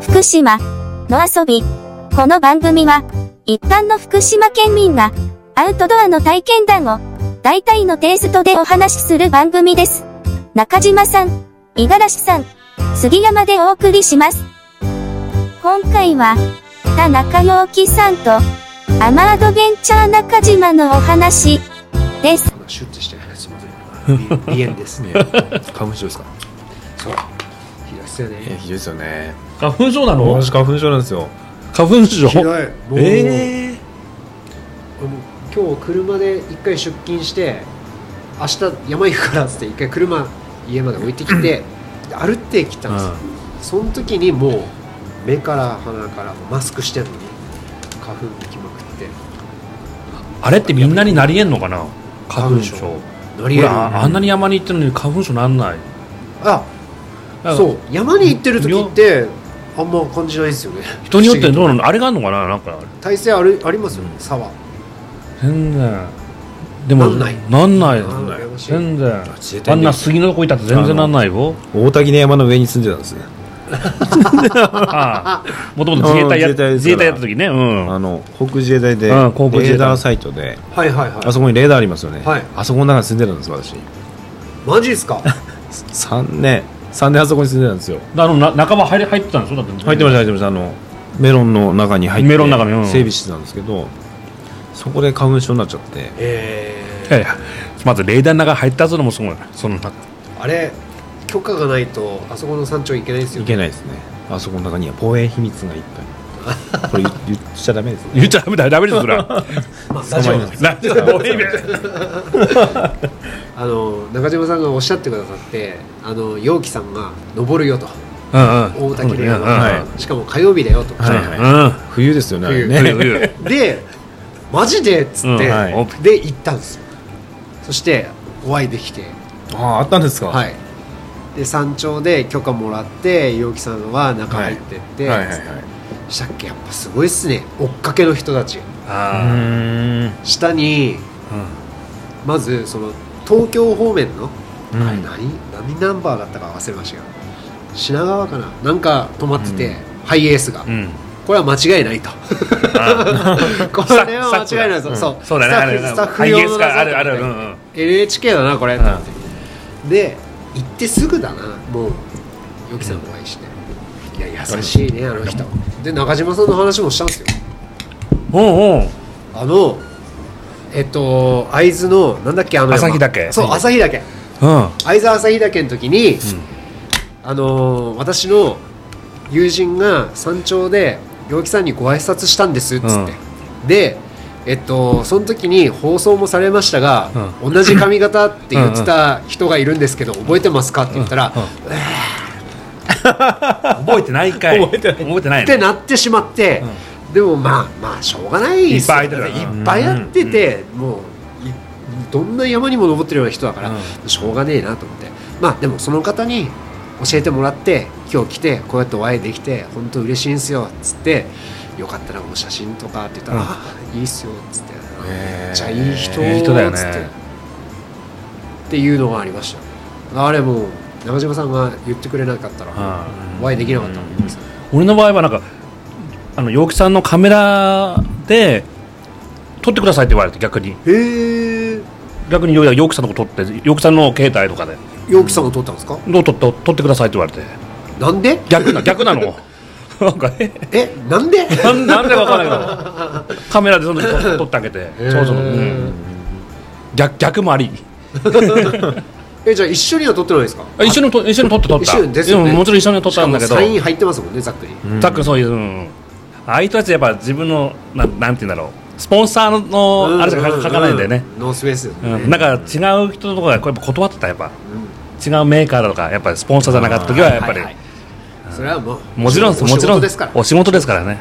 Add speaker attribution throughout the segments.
Speaker 1: 福島の遊び。この番組は、一般の福島県民が、アウトドアの体験談を、大体のテイストでお話しする番組です。中島さん、五十嵐さん、杉山でお送りします。今回は、田中陽樹さんと、アマアドベンチャー中島のお話、です。
Speaker 2: シュッとしてるやつもね鼻炎です ね
Speaker 3: 花粉症ですか
Speaker 2: そう平瀬
Speaker 3: いや
Speaker 2: ね
Speaker 3: ひどいですよね
Speaker 4: 花粉症なの
Speaker 3: 私花粉症なんですよ
Speaker 4: 花粉症
Speaker 2: ひどいもう、
Speaker 4: え
Speaker 2: あの今日車で一回出勤して明日山行くからっつって一回車家まで置いてきてで歩ってきたんですよ、その時にもう目から鼻からマスクしてるのに花粉きまくって
Speaker 4: あれってみんなになりえんのかな花粉症
Speaker 2: 花粉なり
Speaker 4: 俺
Speaker 2: える
Speaker 4: ああんなに山に行ってるのに花粉症なんない
Speaker 2: あそう山に行ってる時ってあんま感じないですよね
Speaker 4: 人によってどう
Speaker 2: う
Speaker 4: なのあれがあるのかななんか
Speaker 2: 体勢あるありますよね差は
Speaker 4: 全然でも
Speaker 2: なんない
Speaker 4: なんない
Speaker 2: あー羨ましい
Speaker 4: 全然
Speaker 3: 自衛
Speaker 4: あ
Speaker 3: 隊
Speaker 4: ん
Speaker 3: に
Speaker 4: な杉のとこいたって全然なんないよ
Speaker 3: 大滝の山の上に住んでたんですね
Speaker 4: ああもともと自衛隊や
Speaker 3: うん自衛隊ですから
Speaker 4: 自衛隊やった時ねうん
Speaker 3: あの航空自衛隊でレ
Speaker 4: うん航空自衛隊
Speaker 3: ーダーサイトで
Speaker 2: はいはいはい
Speaker 3: あそこにレーダーありますよね、
Speaker 2: はい
Speaker 3: あそこの中に住んでたんです私
Speaker 2: マジですか
Speaker 3: 3年3年あそこに住んでたんですよ
Speaker 4: あのな仲間入れ入ってたんでしょだって
Speaker 3: 入ってました入ってましたあのメロンの中に入って
Speaker 4: メロンの中にうん
Speaker 3: 整備してたんですけどそこで花粉症になっちゃって
Speaker 2: ええ
Speaker 4: いやいやまずレーダーの中入ったすのもすごいその中
Speaker 2: あれ許可がないとあそこの山頂行けないですよ
Speaker 3: いけないですねあそこの中には防衛秘密がいっぱいこれ言言っちゃダメですね
Speaker 4: 言っちゃダメだダメですそれは
Speaker 2: まあ、ラジオなんで
Speaker 4: なんでもういいね
Speaker 2: あの中島さんがおっしゃってくださってあの陽気さんが登るよと
Speaker 4: うんうん
Speaker 2: 大滝の
Speaker 4: うん
Speaker 2: 山、
Speaker 4: うん
Speaker 2: しかも火曜日だよと、
Speaker 3: はいはい冬ですよねあれね
Speaker 4: うんうん うん
Speaker 2: でマジでっつって、
Speaker 4: うんはい
Speaker 2: で行ったんですよそしてお会いできて
Speaker 3: あああったんですか
Speaker 2: はいで山頂で許可もらって陽気さんは中入ってって、
Speaker 3: はいはいはい
Speaker 2: したっけやっぱすごいっすね追っかけの人たち
Speaker 4: あ
Speaker 2: 下にまずその東京方面の、
Speaker 3: うん
Speaker 2: あれ何何ナンバーだったか忘れましたよ品川かななんか止まってて、ハイエースが、
Speaker 4: ーうん
Speaker 2: これは間違いないと これは
Speaker 4: スタ
Speaker 2: 間違いない
Speaker 4: ス
Speaker 2: ぞ、
Speaker 4: タッフ
Speaker 2: そう
Speaker 4: そうだねあれ
Speaker 2: スタッフスタッフ用の
Speaker 4: ハイエースかあ
Speaker 2: 謎
Speaker 4: るあるうんうん
Speaker 2: NHK だなこれ、と思ってで行ってすぐだなもうよきさんお会いして、いや優しいねあの人で中島さんの話もしたんですよ
Speaker 4: うんうん
Speaker 2: あのえっと会津のなんだっけあの山
Speaker 4: 旭岳
Speaker 2: そう旭岳
Speaker 4: うん
Speaker 2: 会津旭岳の時に、あのー私の友人が山頂で陽気さんにご挨拶したんですっつって、でえっとその時に放送もされましたが、同じ髪型って言ってた人がいるんですけど覚えてますかって言ったら、
Speaker 4: 覚えてないかい覚えてない覚えてない
Speaker 2: ってなってしまって、でもまあまあしょうがないですよ
Speaker 4: いっぱい空いてたから
Speaker 2: いっぱいやってて、もういどんな山にも登ってるような人だから、しょうがねえなと思ってまあでもその方に教えてもらって今日来てこうやってお会いできて本当嬉しいんすよっつってよかったらお写真とかって言ったら、あいいっすよっつって
Speaker 3: へえ
Speaker 2: めっちゃいい人
Speaker 4: いい人だよね
Speaker 2: つってっていうのがありましたあれもう中島さんが言ってくれなかったら、
Speaker 4: うん
Speaker 2: お会いできなかったと思います、
Speaker 4: 俺の場合はなんかあの陽気さんのカメラで撮ってくださいって言われて逆に
Speaker 2: へえ
Speaker 4: 逆に陽気さんのとこ撮って陽気さんの携帯とかで
Speaker 2: 陽気さんが撮ったんですか
Speaker 4: どう撮って撮ってくださいって言われて
Speaker 2: なんで
Speaker 4: 逆な逆なのなんかね
Speaker 2: えなんで
Speaker 4: なんなんでか分からないけどカメラでその時撮撮ってあげて
Speaker 2: へー
Speaker 4: そうそう、うん、逆逆もあり
Speaker 2: えじゃあ一緒には撮ってないですか
Speaker 4: あ一緒にと一緒に撮って撮った
Speaker 2: 一緒にですよね
Speaker 4: うんもちろん一緒に撮ったんだけ
Speaker 2: しか
Speaker 4: ど
Speaker 2: もサイン入ってますもんねざっくり
Speaker 4: たっくんそういう、うん、ああいう人たちやっぱ自分のなんなんて言うんだろうスポンサーのあれしか書か書かないんだよね、
Speaker 2: うノースペースです
Speaker 4: う
Speaker 2: よね
Speaker 4: ん、なんか違う人とかがやっぱ断ってたやっぱ違うメーカーだとかやっぱりスポンサーじゃなかった時はやっぱり、
Speaker 2: はいはいそれはもう
Speaker 4: もちろん
Speaker 2: お仕
Speaker 4: も
Speaker 2: 事
Speaker 4: ちろん
Speaker 2: ですから
Speaker 4: お仕事ですからね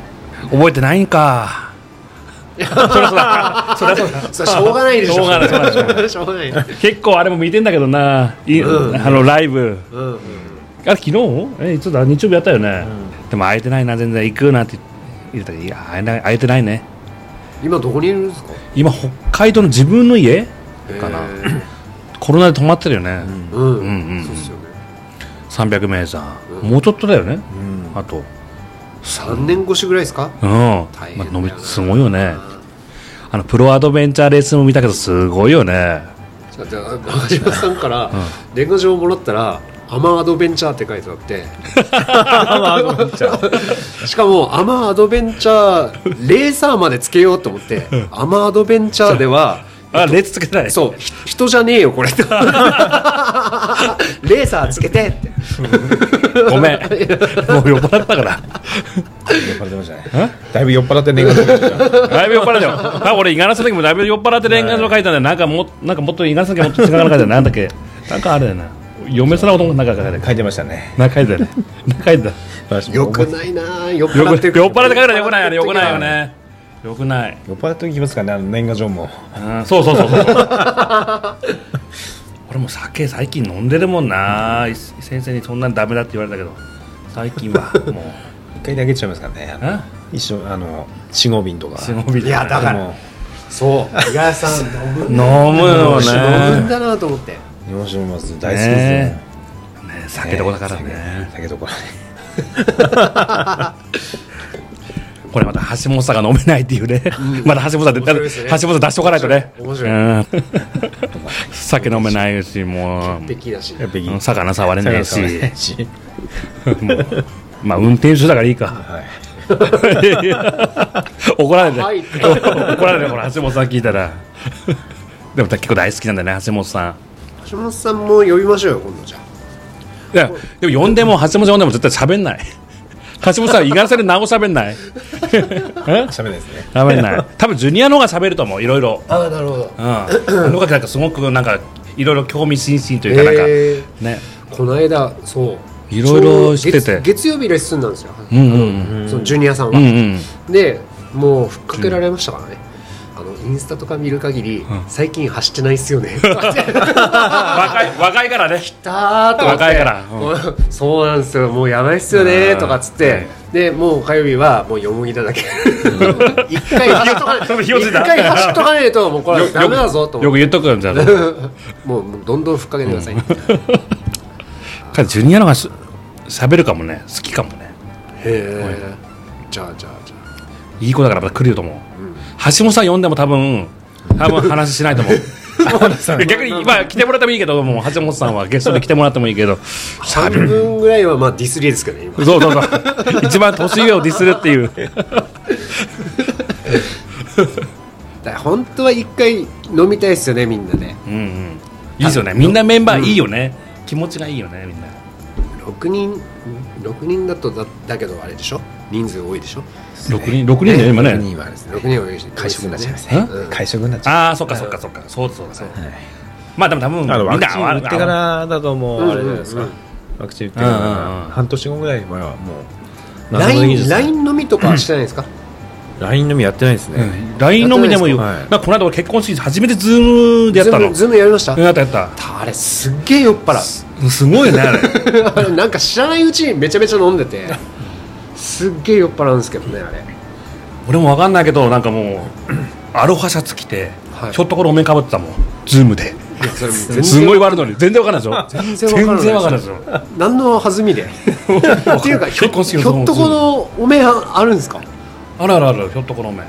Speaker 4: 覚えてないんかそりゃそ うだそりゃそうだ
Speaker 2: それしょうがないでしょ
Speaker 4: しょうがないしょうがな
Speaker 2: しょうがない
Speaker 4: 結構あれも見てんだけどない
Speaker 2: うん
Speaker 4: あのライブ
Speaker 2: うん
Speaker 4: あれ昨日えいつだ日曜日やったよね、でも空いてないな全然行くなって言ったらいや空いてない空いてないね
Speaker 2: 今どこにいるんですか
Speaker 4: 今北海道の自分の家かな
Speaker 2: へー
Speaker 4: コロナで止まってるよね、
Speaker 2: うん
Speaker 4: うんうん
Speaker 2: そうっすよね
Speaker 4: 300名さん、もうちょっとだよね、あと
Speaker 2: 3年越しぐらいですか
Speaker 4: う
Speaker 2: 大
Speaker 4: ん、まあ
Speaker 2: 変だ
Speaker 4: の
Speaker 2: よ
Speaker 4: び
Speaker 2: な
Speaker 4: すごいよねあのプロアドベンチャーレースも見たけどすごい よね
Speaker 2: ちょっと中島さんから年賀状をもらったら「アマアドベンチャー」って書いてあってしかも「アマアドベンチャー」レーサーまでつけようと思って「アマアドベンチャー」では
Speaker 4: あ列つけない
Speaker 2: そうひ人じゃねえ よこれってレーサーつけてって
Speaker 4: ご めんもう酔っ払ったから
Speaker 3: 酔っ払ってましたねだいぶ酔っ払って年賀状書いてた
Speaker 4: だいぶ酔っ払ってよあ俺五十嵐の時もだいぶ酔っ払って年賀状書いたんだよなんかもなんかもっと五十嵐の時もっとつかなかったなんだっけなんかあれだよな嫁すら男なんか書いてた
Speaker 3: 書いてましたね
Speaker 4: なんか書いてたねなんか書い てた
Speaker 3: 私も
Speaker 2: よくないなあ酔っ
Speaker 4: よく
Speaker 2: 払って
Speaker 4: 酔っ払って書いたらよくないあれよくないよねよくない
Speaker 3: 酔っ払ってきますからねあの年賀状も
Speaker 4: うんそうそうそう そう俺も酒最近飲んでるもんな、い先生にそんなんダメだって言われたけど最近は もう
Speaker 3: 一回だけちゃいますからねあの
Speaker 4: あ
Speaker 3: 一緒あの四合瓶とか
Speaker 4: 忍び
Speaker 2: いやだから
Speaker 3: も
Speaker 2: そう五十嵐さん飲む
Speaker 4: 飲むよ
Speaker 2: 飲むん
Speaker 4: ね
Speaker 2: だなと思って
Speaker 3: う日本酒飲みます大好きです
Speaker 4: ね
Speaker 3: ね
Speaker 4: ね酒どこだからね
Speaker 3: 酒酒どころね
Speaker 4: これまた橋本さんが飲めないっていうね、まだ橋本さんで、
Speaker 2: 面白いですね
Speaker 4: 橋本さん出しとかないとね
Speaker 2: 面白
Speaker 4: うん酒飲めないしもう
Speaker 2: べきだし
Speaker 3: やっぱり
Speaker 4: うん魚触れ ないし
Speaker 3: 酒飲まないし
Speaker 4: もうまあ運転手だからいいか
Speaker 3: はい
Speaker 4: 怒られて、
Speaker 2: はい
Speaker 4: 怒られてほら橋本さん聞いたらでも結構大好きなんだよね橋本さん
Speaker 2: 橋本さんも呼びましょうよ今度じゃ
Speaker 4: いやでも呼んでも橋本さん呼んでも絶対喋んない 橋本さんは五十嵐さんでなお喋んない え
Speaker 3: 喋んないですね
Speaker 4: 喋んない多分ジュニアの方が喋ると思ういろいろ
Speaker 2: ああなるほど
Speaker 4: うん、あの方なんかすごくなんかいろいろ興味津々というかなんか、
Speaker 2: え
Speaker 4: ね
Speaker 2: ーこの間そう
Speaker 4: いろいろしてて
Speaker 2: ちょうど月月曜日レッスンなんですよ、
Speaker 4: うんうん
Speaker 2: そのジュニアさん
Speaker 4: う
Speaker 2: は、
Speaker 4: んうん
Speaker 2: でもうふっかけられましたからねあのインスタとか見る限り、最近走ってないっすよ ね
Speaker 4: 若い若いからね
Speaker 2: だーと思って
Speaker 4: 若いから
Speaker 2: こうそうなんですよもうやばいっすよね
Speaker 4: うん
Speaker 2: とかっつってでもう火曜日はもうよもぎだ だけ一回走っとかない
Speaker 4: 多
Speaker 2: と
Speaker 4: 分火をつ
Speaker 2: 一
Speaker 4: いた
Speaker 2: 回走っとかないともうこれ
Speaker 4: よ
Speaker 2: はダメだぞと思
Speaker 4: よ
Speaker 2: っ
Speaker 4: く
Speaker 2: て
Speaker 4: 言っとくんじゃん
Speaker 2: もうもうどんどんふっかけてください、へ
Speaker 4: 彼ジュニアの方がしゃべるかもね好きかもね
Speaker 2: えじゃあじゃあじゃあ
Speaker 4: いい子だからまた来るよと思う、橋本さん呼んでも多分多分話しない と思う逆に、まあ、来てもらってもいいけどもう橋本さんはゲストで来てもらってもいいけど
Speaker 2: 半分ぐらいはまあディスりですけどね今
Speaker 4: そうそうそう一番年上をディスるっていう
Speaker 2: だから本当は一回飲みたいっすよねみんなね
Speaker 4: うんうんいいですよねみんなメンバーいいよね、気持ちがいいよねみんな
Speaker 2: 6人6人だとだだけどあれでしょ人数多いでしょ
Speaker 4: 6人六人だよ今
Speaker 3: 6
Speaker 4: ね
Speaker 3: 人はですね
Speaker 2: 6人多いし
Speaker 3: 会食になっちゃいます
Speaker 2: ね
Speaker 3: ね
Speaker 2: うん
Speaker 3: 会食になっちゃい
Speaker 4: ああそっかそっかそっかそうそうそうまあでも多分みん
Speaker 3: ます
Speaker 4: な
Speaker 3: あのワクチン打
Speaker 4: わ
Speaker 3: ってからだともうあれじゃないです
Speaker 2: う
Speaker 3: か
Speaker 2: んうん
Speaker 3: ワクチン打ってから
Speaker 4: うんうんうん
Speaker 3: 半年後ぐらい前はもう
Speaker 2: ラ
Speaker 3: 謎の技
Speaker 2: イン
Speaker 3: 術
Speaker 2: ラインのみとかはしてないですか、
Speaker 3: LINE のみやってないですね、
Speaker 4: LINE のみでもいいよ、
Speaker 3: やってない
Speaker 4: なん
Speaker 3: です
Speaker 4: かこの間俺結婚式初めてズームでやったの
Speaker 2: ズームズームやりました、
Speaker 4: うんやったやった
Speaker 2: あれすっげえ酔っ払
Speaker 4: すごいねあれ
Speaker 2: うあれ なんか知らないうちにめちゃめちゃ飲んでてすっげえ酔っ払うんですけどねあれ
Speaker 4: 俺もわかんないけどなんかもうアロハシャツ着て、
Speaker 2: はい
Speaker 4: ちょっとこれお面かぶってたもんズームで
Speaker 2: いやそれもう全然
Speaker 4: すごい悪いのに全然わかんないでしょ
Speaker 2: 全然わかんない
Speaker 4: 全然わかんないでしょ
Speaker 2: 何の弾みで っていうかひょ
Speaker 4: 結婚式
Speaker 2: ひ
Speaker 4: の
Speaker 2: ょっとこのお面ああるんですか
Speaker 4: あらあらあらひょっとこのお面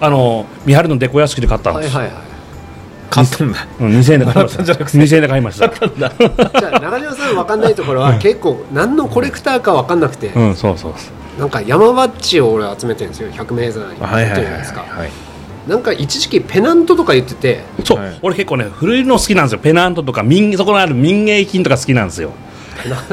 Speaker 4: あの三春のデコ屋敷で買ったん
Speaker 2: は
Speaker 4: で
Speaker 2: い
Speaker 4: す、
Speaker 2: はいはい
Speaker 3: 簡単だ
Speaker 4: うん、2000円で買いました2000円で買いました
Speaker 2: じゃあ中島さん分かんないところは結構何のコレクターか分かんなくて、
Speaker 4: うんそうそう
Speaker 2: なんか山バッジを俺集めてるんですよ100名山に
Speaker 3: はいはい
Speaker 2: じゃな
Speaker 3: は
Speaker 2: い
Speaker 3: い
Speaker 2: ですか、
Speaker 3: はい
Speaker 2: なんか一時期ペナントとか言ってて
Speaker 4: そう、
Speaker 3: はい
Speaker 4: 俺結構ね古いの好きなんですよペナントとか民そこのある民芸品とか好きなんですよ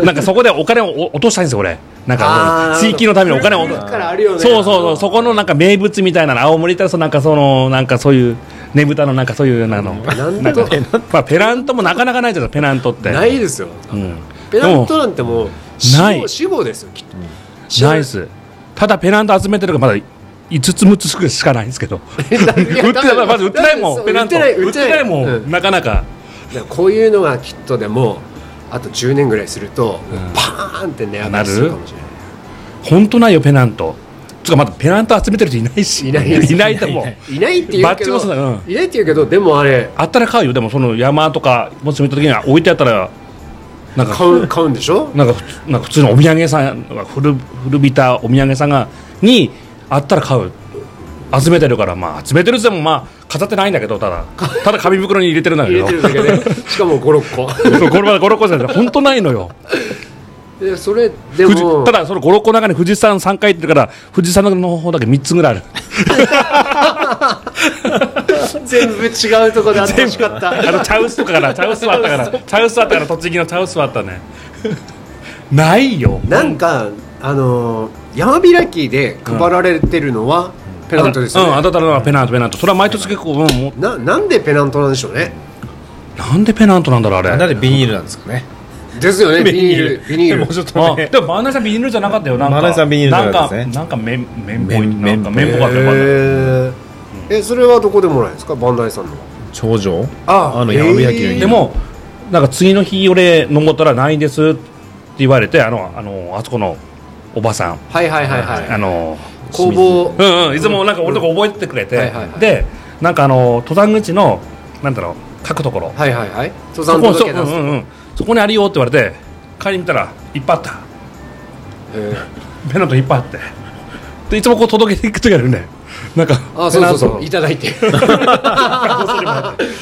Speaker 4: なんかそこでお金をお落としたいんですよ俺なんか
Speaker 2: あー
Speaker 4: 地域のためにお金を
Speaker 2: 古くからあるよね
Speaker 4: そうそうそうそこのなんか名物みたいなの青森たらなんかそのなんかそういうねぶたのなんかそういうなの
Speaker 2: ペナント
Speaker 4: なんかまあ、ペナントもなかなかないじゃないですかペナントって
Speaker 2: ないですよ
Speaker 4: うん、
Speaker 2: ペナントなんてもう死
Speaker 4: ない
Speaker 2: 亡死亡ですよきっ と
Speaker 4: ナイスただペナント集めてるのがまだ5つ6つしかないんですけど売ってないまず 売ってないもんペナント
Speaker 2: 売ってない売
Speaker 4: 売
Speaker 2: っ
Speaker 4: ってて
Speaker 2: ない
Speaker 4: ないもん、
Speaker 2: うん
Speaker 4: なかなか
Speaker 2: だからこういうのがきっとでもあと10年ぐらいすると、パーンって値上がりするかもしれない
Speaker 4: 本当ないよペナントつうかまだペナント集めてる人いないし
Speaker 2: いないです
Speaker 4: と思う
Speaker 2: いないって言うけど
Speaker 4: バッチもそうだう
Speaker 2: いないって言うけどでもあれ
Speaker 4: あったら買うよでもその山とかもし見た時には置いてあったらなんか
Speaker 2: 買 う買うんでしょ
Speaker 4: なんかふつなんか普通のお土産屋さん古古びたお土産屋さんがにあったら買う集めてるからまあ集めてるって言ってもまあ飾ってないんだけどただただ紙袋に入れてるんだけ
Speaker 2: 入れ
Speaker 4: ど
Speaker 2: てるだけでしかも56個
Speaker 4: そうこれまで56個じゃない本当ないのよ
Speaker 2: でそれで
Speaker 4: 富士
Speaker 2: も
Speaker 4: ただその56個の中に富士山3回行ってるから富士山の方だけ3つぐらいある
Speaker 2: 全部違うとこであってほしかっ
Speaker 4: あ
Speaker 2: た
Speaker 4: の茶臼とかから茶臼はあったから茶臼はあったから栃木の茶臼はあったねないよ
Speaker 2: なんかあのー山開きで配られてるのはペナントです
Speaker 4: うん
Speaker 2: よ
Speaker 4: 当
Speaker 2: ね、
Speaker 4: たったのはペナントペナントそれは毎年結構、うん、もう
Speaker 2: ななんでペナントなんでしょうね
Speaker 4: なんでペナントなんだろうあれ
Speaker 3: なんでビニールなんですかね
Speaker 2: ですよねビニールビニール
Speaker 3: もうちょっと
Speaker 4: あ
Speaker 3: ね
Speaker 4: でもマーナイさんビニールじゃなかったよなんか
Speaker 3: マーナイさんビニールじゃなかったですね
Speaker 4: なんかなんか綿綿棒
Speaker 3: 綿
Speaker 4: なんか綿
Speaker 3: 綿
Speaker 4: 棒
Speaker 3: 棒
Speaker 4: があったよマーナイ
Speaker 2: へーえそれはどこでもらえるんですかバンダイさんの
Speaker 3: 頂上
Speaker 2: あ
Speaker 3: の
Speaker 2: へー
Speaker 3: 山開きの
Speaker 2: えー
Speaker 4: でもなんか次の日俺登ったらないんですって言われてあのあのあそこのおばさん
Speaker 2: はいはいはいはい、
Speaker 4: あの
Speaker 2: 工房
Speaker 4: うんうんいつもなんか俺のとこ覚えてくれて、
Speaker 2: はいはいはい
Speaker 4: でなんかあの登山口のなんだろう書くところ
Speaker 2: はいはいはい登
Speaker 4: そ
Speaker 2: 山
Speaker 4: こ
Speaker 2: 届け
Speaker 4: そ,、うん
Speaker 2: 出す、
Speaker 4: うんうん、そこにあるよって言われて帰り見たらいっぱいあった
Speaker 2: えー
Speaker 4: ペナントいっぱいあってでいつもこう届けていく時あるねなんか
Speaker 2: あそうそうそう
Speaker 4: ペ
Speaker 2: い
Speaker 4: ナ
Speaker 2: た
Speaker 4: ン
Speaker 2: だ いて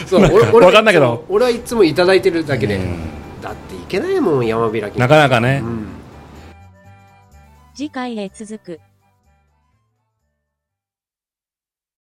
Speaker 2: そう俺俺
Speaker 4: わかんないけど
Speaker 2: いつも俺はいつもいただいてるだけで
Speaker 4: うん
Speaker 2: だっていけないもん山開き
Speaker 4: トなかなかね
Speaker 2: うん
Speaker 5: 次回へ続く。